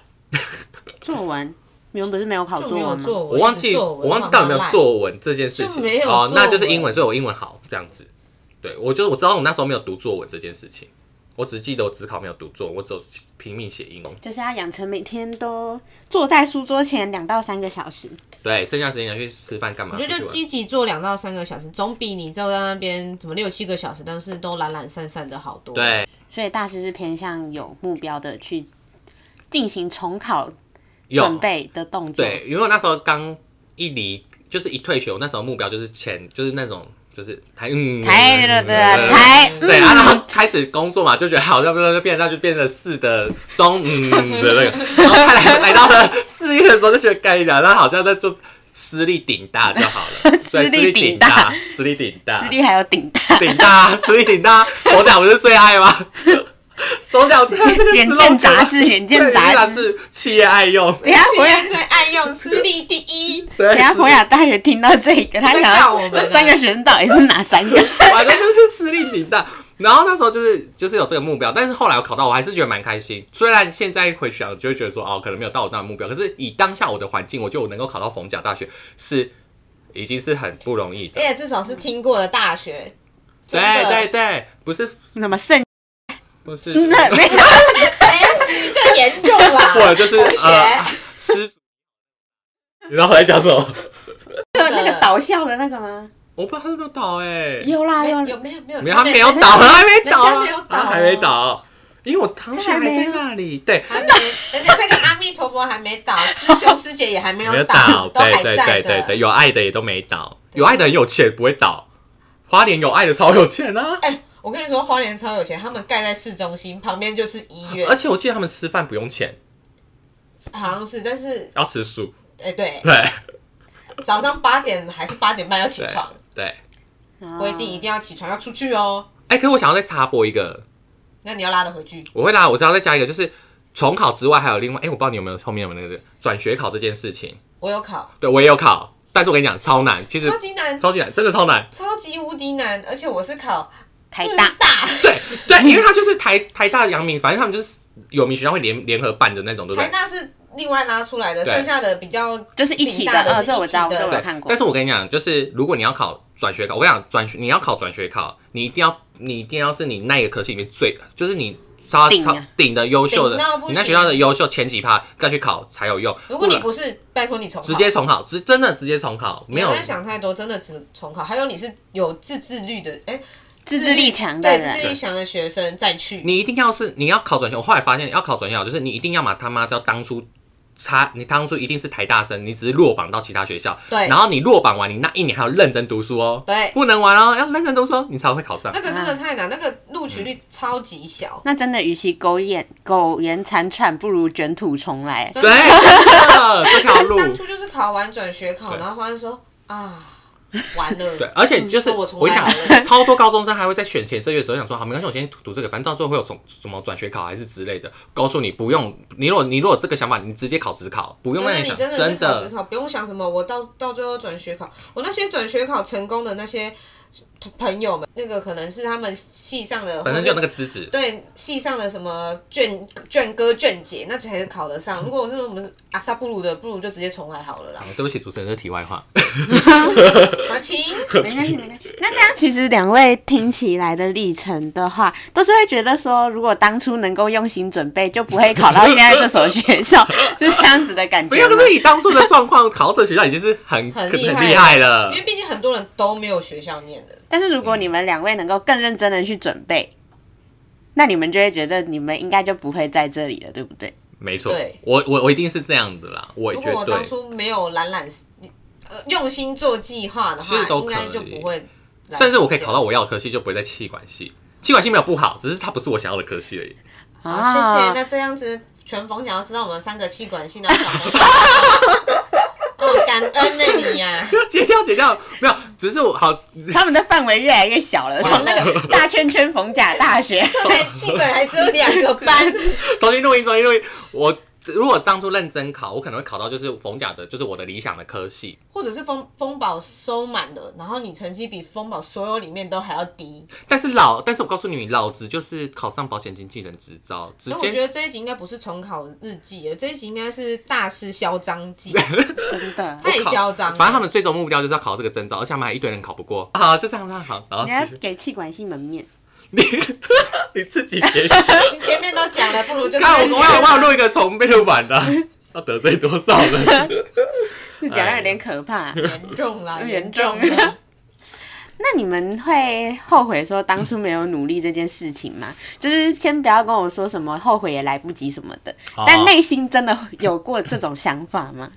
作文，你们不是没有考
就
作
没有
文吗？
作
我
文，
忘记
一直作
我
文
忘记到底有没有
放
作文这件事
就
情，
没有
哦，
作
那就是
文
英文，所以我英文好这样子。对，我就我知道我那时候没有读作文这件事情，我只记得我只考没有读作文，我只有拼命写英文。
就是要养成每天都坐在书桌前两到三个小时。
对，剩下时间拿去吃饭干嘛？
烂。我觉得
出去
就
玩
积极做两到三个小时，总比你就在那边怎么六七个小时，但是都懒懒散散的好多。，
对
所以大师是偏向有目标的去进行重考准
有
备的动作。
对，因为我那时候刚一离，就是一退学，我那时候目标就是前就是那种就是台嗯
台了的
嗯
台，
对
嗯
啊，然后开始工作嘛，就觉得好，要不然就变，那就变成四的中嗯的那个， 然后后来来到了四月的时候就觉得该了，那好像在做私力顶大就好 了，对，
私
私
力
力
顶
顶
大
大，私力顶大
实，力还有顶大，
顶大，私力顶大，手脚不是最爱 吗？手脚最 爱这个
远
词
见杂志，远见
对
杂志。
是企业爱用，
等一下博
我
雅，
也最爱用私立第一，
等
对
一，下博雅大学听到这个，他
会
想
告我
要
们的啊
这三个学生到底是哪三 个？
反正就是私立顶大。然后那时候就是就是有这个目标，但是后来我考到，我还是觉得蛮开心。虽然现在回想就会觉得说，哦，可能没有到我那个目标，可是以当下我的环境，我觉得我能够考到逢甲大学是已经是很不容易的
而。哎且至少是听过的大学。
对
真的
对对，不是
那么剩
不是，
嗯那没有
你这严重啊 哎
或
啦，
者就是
同学，
呃失足。你知道我在讲什么？
那个倒校的那个吗？
我不知道他有没有倒哎、欸，
有啦
没
有
有
啦，
没有没有
没有，他没有倒，他还没倒
人家没有
啊，
倒
他还没倒，因为我同学
他还
还
没
在那里。对，
还没，人家那个阿弥陀佛还没倒，师兄师姐也还没
没
有
倒，
都还
对
在
对对
的。
对对，有爱的也都没倒，有爱的很有钱不会倒，花莲有爱的超有钱啊！
哎、我跟你说，花莲超有钱，他们盖在市中心，旁边就是医院
而，且我记得他们吃饭不用钱，
好像是，但是
要吃素，
哎、对，
对
早上八点还是八点半要起
对
床，
对。
啊
规定一定要起床，要出去哦。
哎、可是我想要再插播一个，
那你要拉得回去，
我会啦，我知道再加一个，就是重考之外还有另外，哎、我不知道你有没有后面有没有那个转学考这件事情，
我有考，
对我也有考，但是我跟你讲超难，其实
超级难，
超级难，真的超难。
超级无敌难，而且我是考
台
日
大，
大，
对 对，因为他就是台台大、阳明，反正他们就是有名学校会联联合办的那种，对不
台
对？
大是另外拉出来的，
对
剩下的比较
就是一起的，
顶大的
呃，
是
这我知道，
一起的
这我有
对，
看过
但。是我跟你讲，就是如果你要考转学考，我跟你讲转学你要考转学考，你一定要你一定要是你那一个科系里面最，就是你超
顶啊
超顶的优秀的
顶到不，行
你那学校的优秀前几趴再去考才有用。
如果你
然
不是，拜托你重考。
直接重考，直真的直接重考，
不
没有
要再想太多，真的只重考。还有你是有自制力的，哎、
自制力强的
对
人
自制力强的学生再去。
你一定要是你要考转学，我后来发现要考转学考，就是你一定要嘛他妈叫当初差，你当初一定是台大生，你只是落榜到其他学校，
对
然后你落榜完，你那一年还要认真读书哦，
对，
不能玩哦，要认真读书哦，你才会考上。
那个真的太难，那个录取
嗯
率超级小。
那真的，与其苟延苟延残喘，不如卷土重来。
真
对，
的，
这条
就是
路。
当初就是考完转学考，
对
然后发现说啊，完 了。
对，而且就是
嗯我从
我
来
想
没，
超多高中生还会在选填志愿的时候想说，好，没关系，我先读读这个，反正到最后会有从什么转学考还是之类的。告诉你不用，你如果你如果有这个想法，你直接考职考，不用
真
那
的，
样
你
想，
真的是
真
考职
的
考，不用想什么。我到到最后转学考，我那些转学考成功的那些朋友们，那个可能是他们系上的，
本身就有那个资质。
对系上的什么卷卷哥卷姐，那才是考得
嗯
上。如果我是我们阿萨布鲁的，不如就直接重来好 了啦
啊。对不起，主持人，这是题外话。
马琴，
没关系，没关系。那这样其实两位听起来的历程的话，都是会觉得说，如果当初能够用心准备，就不会考到现在这所学 校，是这样子的感
不
觉
要，
吗
可。是以当初的状况，考这学校已经是很
很
很
厉害
厉害了
因为。毕竟很多人都没有学校念的，
但是如果你们两位能够更认真的去准备，那你们就会觉得你们应该就不会在这里了，对不对？
没错
对，
我我我一定是这样的啦，我
如
绝
果我
对
当。初没有懒懒、呃、用心做计划的
其
话
实，都
应
可以
该就不会来。
甚至我可以考到我要的科系，就不会在气管系。气管系没有不好，只是它不是我想要的科系而已。
好，
啊
谢
啊
谢。那这样子，全逢想要知道我们三个气管系男小朋友 哦，感恩呢你呀、
剪掉，剪掉，没有，只是我好，
他们的范围越来越小 了，从那个大圈圈逢甲大学，
这才气管还只有两个班，
重新录音，重新录音。我如果当初认真考，我可能会考到就是逢甲的，就是我的理想的科系。
或者是风风保收满了，然后你成绩比风保所有里面都还要低。
但是老，但是我告诉你，老子就是考上保险经纪人执照，直
那我觉
接
得这一集应该不是重考日记耶，这一集应该是大师嚣张记，
真的。
太嚣张了。
反正他们最终目标就是要考这个证照，而且他们还一堆人考不过。好，啊就这样，这样好，然后
你要
继续
给气管系门面，
你你自己别 讲。
你前面都讲了，不如就
看我
直接
我有我有录一个重背版的， 要得罪多少人？
就 讲的有点可怕。
严重啦，
严
严
重
重啦。
那你们会后悔说当初没有努力这件事情吗？就是先不要跟我说什么后悔也来不及什么的， 但内心真的有过这种想法吗？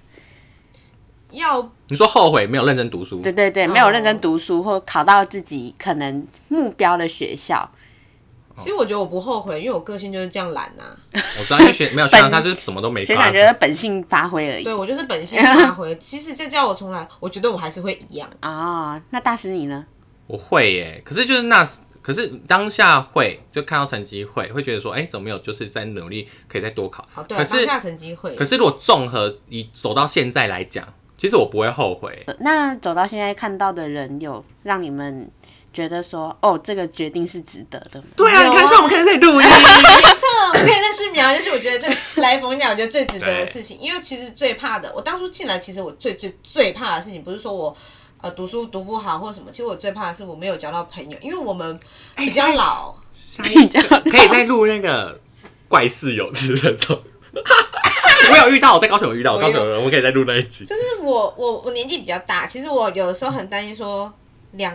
要
你说后悔没有认真读书，
对对对，没有认
哦
真读书或考到自己可能目标的学校，
其实我觉得我不后悔，因为我个性就是这样懒啊呐、
我知道，因为学没有学
本
长，他就是什么都没啊
学
发
长觉得本性发挥而已
对。我就是本性发挥。其实这叫我重来，我觉得我还是会一样。
哦，那大师你呢？
我会耶，可是就是那，可是当下会就看到成绩会，会觉得说，哎、怎么没有就是在努力，可以再多考。
好，对、啊，
可
当
是
下成绩会
可。是如果综合以走到现在来讲，其实我不会后悔。
呃那走到现在看到的人，有让你们觉得说，哦，这个决定是值得的吗？
对啊，
有啊
你看，像我们可以在录音，
没错，我可以认识苗，就是我觉得这来逢甲，我觉得最值得的事情，因为其实最怕的，我当初进来，其实我最最最怕的事情，不是说我呃读书读不好或什么，其实我最怕的是我没有交到朋友，因为我们比较老，
比较
可以再录那个怪室友之那 种。我有遇到，我在高雄有遇到，我
我有
高雄有人，我可以再录那一集。
就是我我我年纪比较大，其实我有的时候很担心说两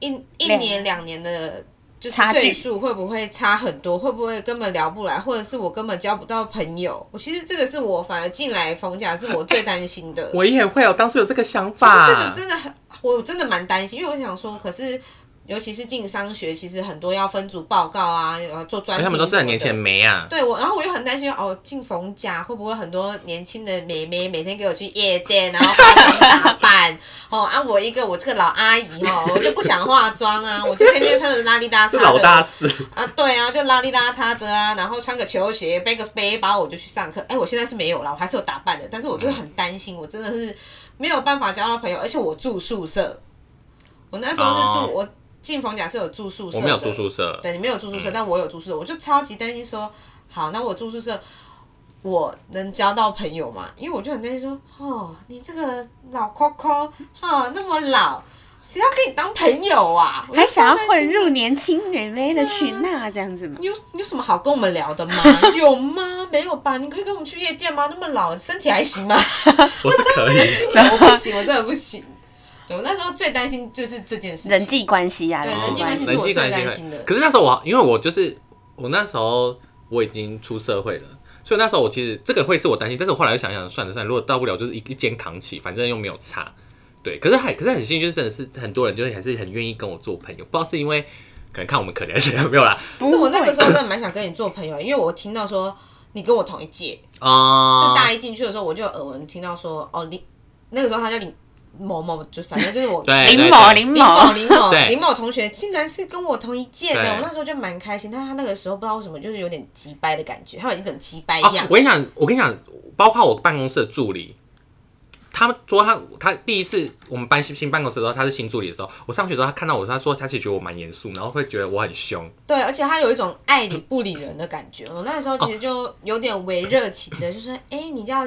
一一
两
年两年的。就是
差距
岁数会不会差很多？会不会根本聊不来，或者是我根本交不到朋友？我其实这个是我反而进来逢甲是我最担心的。
我也会哦，当时有这个想
其实
法。
这个真的很，我真的蛮担心，因为我想说，可是尤其是进商学，其实很多要分组报告啊，呃，做
而
专
且
题，
哎他们都是很年轻的。妹啊，
对我，然后我又很担心哦，进逢甲会不会很多年轻的妹妹每天给我去夜店，然后化妆打扮 哦啊，我一个我这个老阿姨哦，我就不想化妆啊，我就天天穿着邋里邋遢
就
的，
老大四。
啊，对啊，就邋里邋遢的啊，然后穿个球鞋，背个背包，我就去上课。哎，我现在是没有啦，我还是有打扮的，但是我就很担心，我真的是没有办法交到朋友，而且我住宿舍，我那时候是住、
哦
我进逢甲是有住宿舍，
我没有住，宿舍，嗯
对你没有住宿舍，但我有住宿舍，我就超级担心说，好，那我住宿舍。我能交到朋友吗？因为我就很担心说，哦，你这个老 Coco 哈、那么老，谁要跟你当朋友啊？我就
还想要
超担
混
心
入年轻妹妹的群啊，这样子吗？
你有你有什么好跟我们聊的 吗？有吗？没有吧？你可以跟我们去夜店吗？那么老，身体还行吗？
我是可以。
我不行，我真的不行。对我那时候最担心就是这件事情，
人际关系啊，
对
人际
际
关
关
系
人
系是
际
我最
关
担
会
心的
可是那时候我，因为我就是我那时候我已经出社会了，所以那时候我其实这个会是我担心，但是我后来又想想，算了算了，如果到不了就是一一肩扛起，反正又没有差。对，可是还可是很幸运，就是真的是很多人就是还是很愿意跟我做朋友，不知道是因为可能看我们可怜还是怎样，没有啦
可是我那个时候真的蛮想跟你做朋友，因为我听到说你跟我同一届，就
啊、
大一进去的时候我就有耳闻听到说，哦，林那个时候他叫林某某，就反正就是 我
对哦
林某林
林某
某，
林某
对
林某同学竟然是跟我同一届的，
对
我那时候就蛮开心，但他那个时候不知道为什么就是有点急掰的感觉，他有一种急掰
哦
样。
我跟你讲，我跟你讲，包括我办公室的助理，他们说他他第一次我们搬新新办公室的时候，他是新助理的时候，我上去的时候，他看到我，他说他其实觉得我蛮严肃，然后会觉得我很凶。
对，而且他有一
嗯
种爱理不理人的感觉。我那时候其
哦
实就有点微热情的，就说：“哎、你叫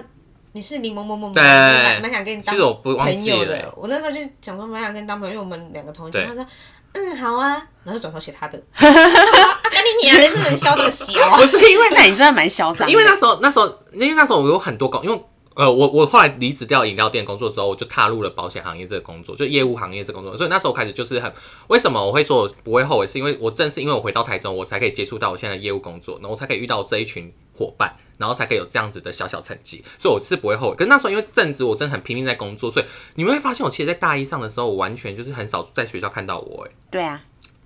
你是林某某某某，
对
蛮蛮想跟你
其
当
实我不忘
朋
记
友
了
的。”我那时候就想说蛮想跟你当朋友，因为我们两个同一
对
届。他说：“嗯，好啊。”然后就转头写 他的。我说啊，赶紧你啊，你是能消这个小 啊？
是因为那你真的蛮嚣张的，
因为那时候，那时候，因为那时候我有很多工，因为呃，我我后来离职掉饮料店工作之后，我就踏入了保险行业这个工作，就业务行业这个工作。所以那时候开始就是很，为什么我会说我不会后悔，是因为我正是因为我回到台中，我才可以接触到我现在的业务工作，然后我才可以遇到这一群伙伴，然后才可以有这样子的小小成绩。所以我是不会后悔。可是那时候因为正职，我真的很拼命在工作，所以你们会发现，我其实，在大一上的时候，我完全就是很少在学校看到我、欸，
对啊，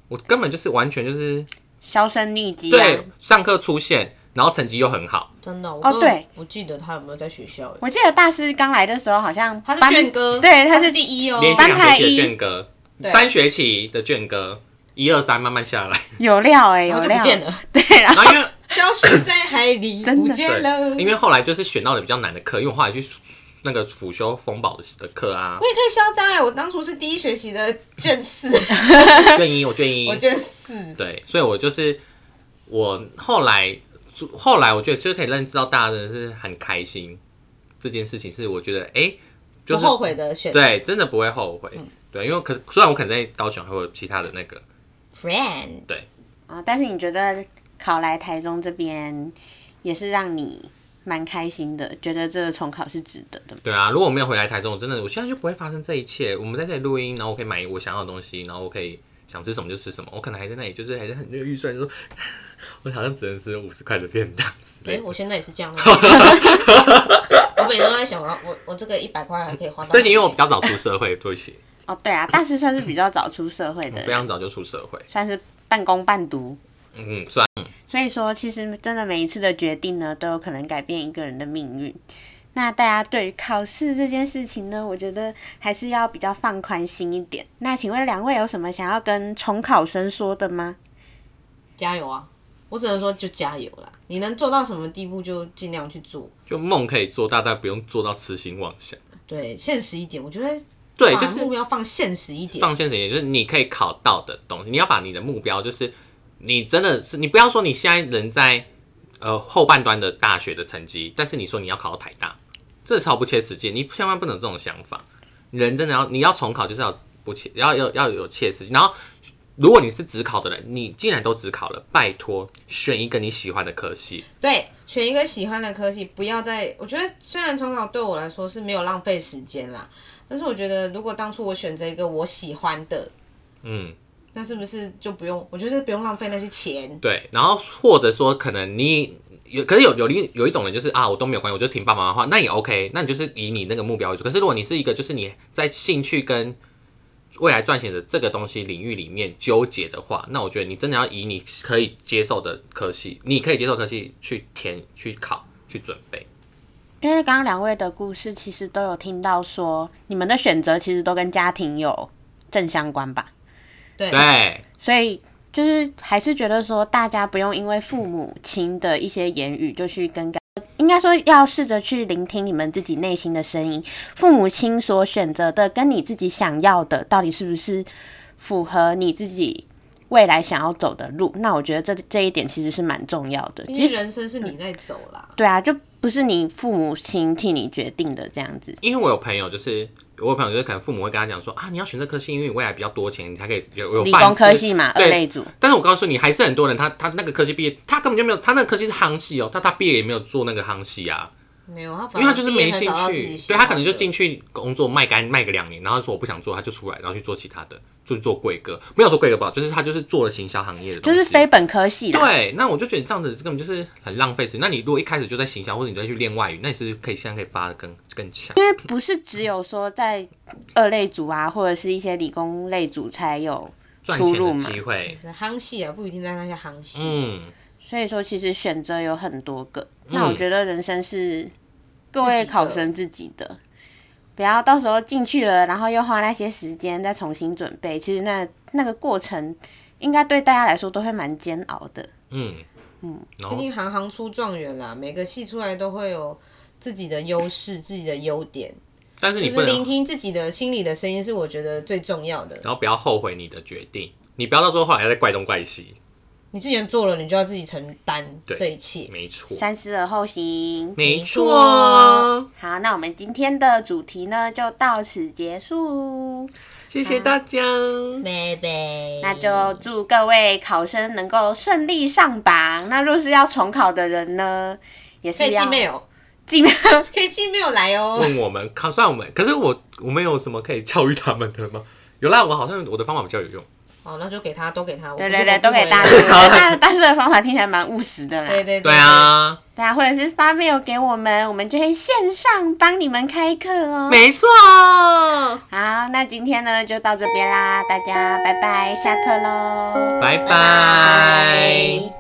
我根本就是完全就是
销声匿迹啊。
对上课出现，然后成绩又很好。
真的，我
哦
都
对
不记得他有没有在学校。欸
嗯
我记得大师刚来的时候，好像
他是
班
卷哥，
对，他
他
是
第一哦。
连续
班
两
太
学期
一
的卷哥，
对
三学期的卷哥，一二三慢慢下来。
有料哎、
然
有
后就
料
不，见了，
对，然
然
后
后因为
消失在海里，
真的
不见了。
对，因为后来就是选到了比较难的课，因为我后来去那个辅修风宝的的课啊
我，也可以嚣张哎！我当初是第一学期的卷四，
卷一我卷一
我，卷四。
对，所以我就是我后来后来我觉得就是可以认知到大家真的是很开心这件事情，是我觉得哎、诶就
不
是
后悔嗯的选
对，真的不会后悔。对，因为可虽然我可能在高雄还有其他的那个，
friend，
啊、但是你觉得考来台中这边也是让你蛮开心的，觉得这个重考是值得的吗。
对啊，如果我没有回来台中，我真的我现在就不会发生这一切。我们在这里录音，然后我可以买我想要的东西，然后我可以想吃什么就吃什么。我可能还在那里，就是还是 很没有预算，就说我好像只能吃五十块的便 当之
哎、
类的。
我现在也是 这样啊。我每天都在想，我要我我这个一百块还可以花到。
但是因为我比较早出社 会，对不起，
哦，对 啊，大师算是比较早出社会
我
的
非常
人，
早就出社会。
算是半工半读。
嗯，算
所以说，其实真的每一次的决定呢，都有可能改变一个人的命运。那大家对于考试这件事情呢，我觉得还是要比较放宽心一点。那请问两位有什么想要跟重考生说的吗？
加油啊！我只能说就加油啦！你能做到什么地步就尽量去做。
就梦可以做大，但不用做到痴心妄想。
对，现实一点，我觉得
对，
把
就是
目标放现实一点。
放线绳，也就是你可以考到的东西。你要把你的目标，就是你真的是你不要说你现在人在呃后半端的大学的成绩，但是你说你要考到台大，这超不切实际。你千万不能有这种想法，人真的要你要重考就是要不切，要要要有切实际。然后如果你是只考的人，你既然都只考了，拜托选一个你喜欢的科系。
对，选一个喜欢的科系，不要再。我觉得虽然重考对我来说是没有浪费时间啦，但是我觉得如果当初我选择一个我喜欢的，
嗯，
那是不是就不用？我觉得不用浪费那些钱。
对。然后或者说可能你。有，可是有有另有一种人就是啊，我都没有关系，我就听爸妈的话，那也 OK，那你就是以你那个目标为主。可是如果你是一个就是你在兴趣跟未来赚钱的这个东西领域里面纠结的话，那我觉得你真的要以你可以接受的科系，你可以接受的科系去填、去考、去准备。
因为刚刚两位的故事，其实都有听到说，你们的选择其实都跟家庭有正相关吧？
对，
对，
所以就是还是觉得说，大家不用因为父母亲的一些言语就去更改。应该说，要试着去聆听你们自己内心的声音。父母亲所选择的，跟你自己想要的，到底是不是符合你自己未来想要走的路？那我觉得这这一点其实是蛮重要的。
毕
其
竟
实，
人生是你在走啦。
对啊，就不是你父母亲替你决定的这样子。
因为我有朋友，就是我有朋友，就是可能父母会跟他讲说啊，你要选这科系，因为你未来比较多钱，你才可以有有
理
饭
工科
吃
系嘛，
对
二类组。
但是我告诉你，还是很多人他他那个科系毕业，他根本就没有，他那个科系是夯系哦，他他毕业也没有做那个夯系啊，
没有，他
因
反
为
而
他就是
毕业
没
才
兴
找到自己
趣，
喜
对
欢
他可能就
的
进去工作卖干卖个两年，然后说我不想做，他就出来，然后去做其他的，就去做贵哥，没有说贵哥不好，就是他就是做了行销行业的东
就
西，
是非本科系啦，
对，那我就觉得这样子根本就是很浪费时间。那你如果一开始就在行销，或者你再去练外语，那你是不是可以现在可以发的更更强。
因为不是只有说在二类组啊，或者是一些理工类组才有
赚
出
钱
入
的
嘛，
机会，
夯戏啊，不一定在那些夯戏。
嗯，
所以说其实选择有很多个。那我觉得人生是各
自
位
己的
考生自己的，不要到时候进去了，然后又花那些时间再重新准备，其实那那个过程应该对大家来说都会蛮煎熬的。
嗯然
毕
后
竟行行出状元啦，每个系出来都会有自己的优势、自己的优点，
但是你
就
不
是
能
聆听自己的心里的声音，是我觉得最重要的。
然后不要后悔你的决定，你不要到最后后来再怪东怪西，
你之前做了，你就要自己承担
对
这一切。
没错，
三思而后行。
没
错
错，
好，那我们今天的主题呢就到此结束。
谢谢大家，嗯
拜拜。
那就祝各位考生能够顺利上榜。那若是要重考的人呢，也
可
是
以寄
要
mail，
记 面
可以寄 mail 来哦。
问我们考算我们，可是我我们有什么可以教育他们的吗？有啦，我好像我的方法比较有用，
好，那就给他，都给他。我
对
不
对
就
对，
我不
都给
回
大
了
师。那大师的方法听起来蛮务实的啦。
对对
对，啊，
对啊，或者是发 mail 给我们，我们就会线上帮你们开课哦。
没错，
好，那今天呢就到这边啦，大家拜拜，下课喽。
拜
拜
拜。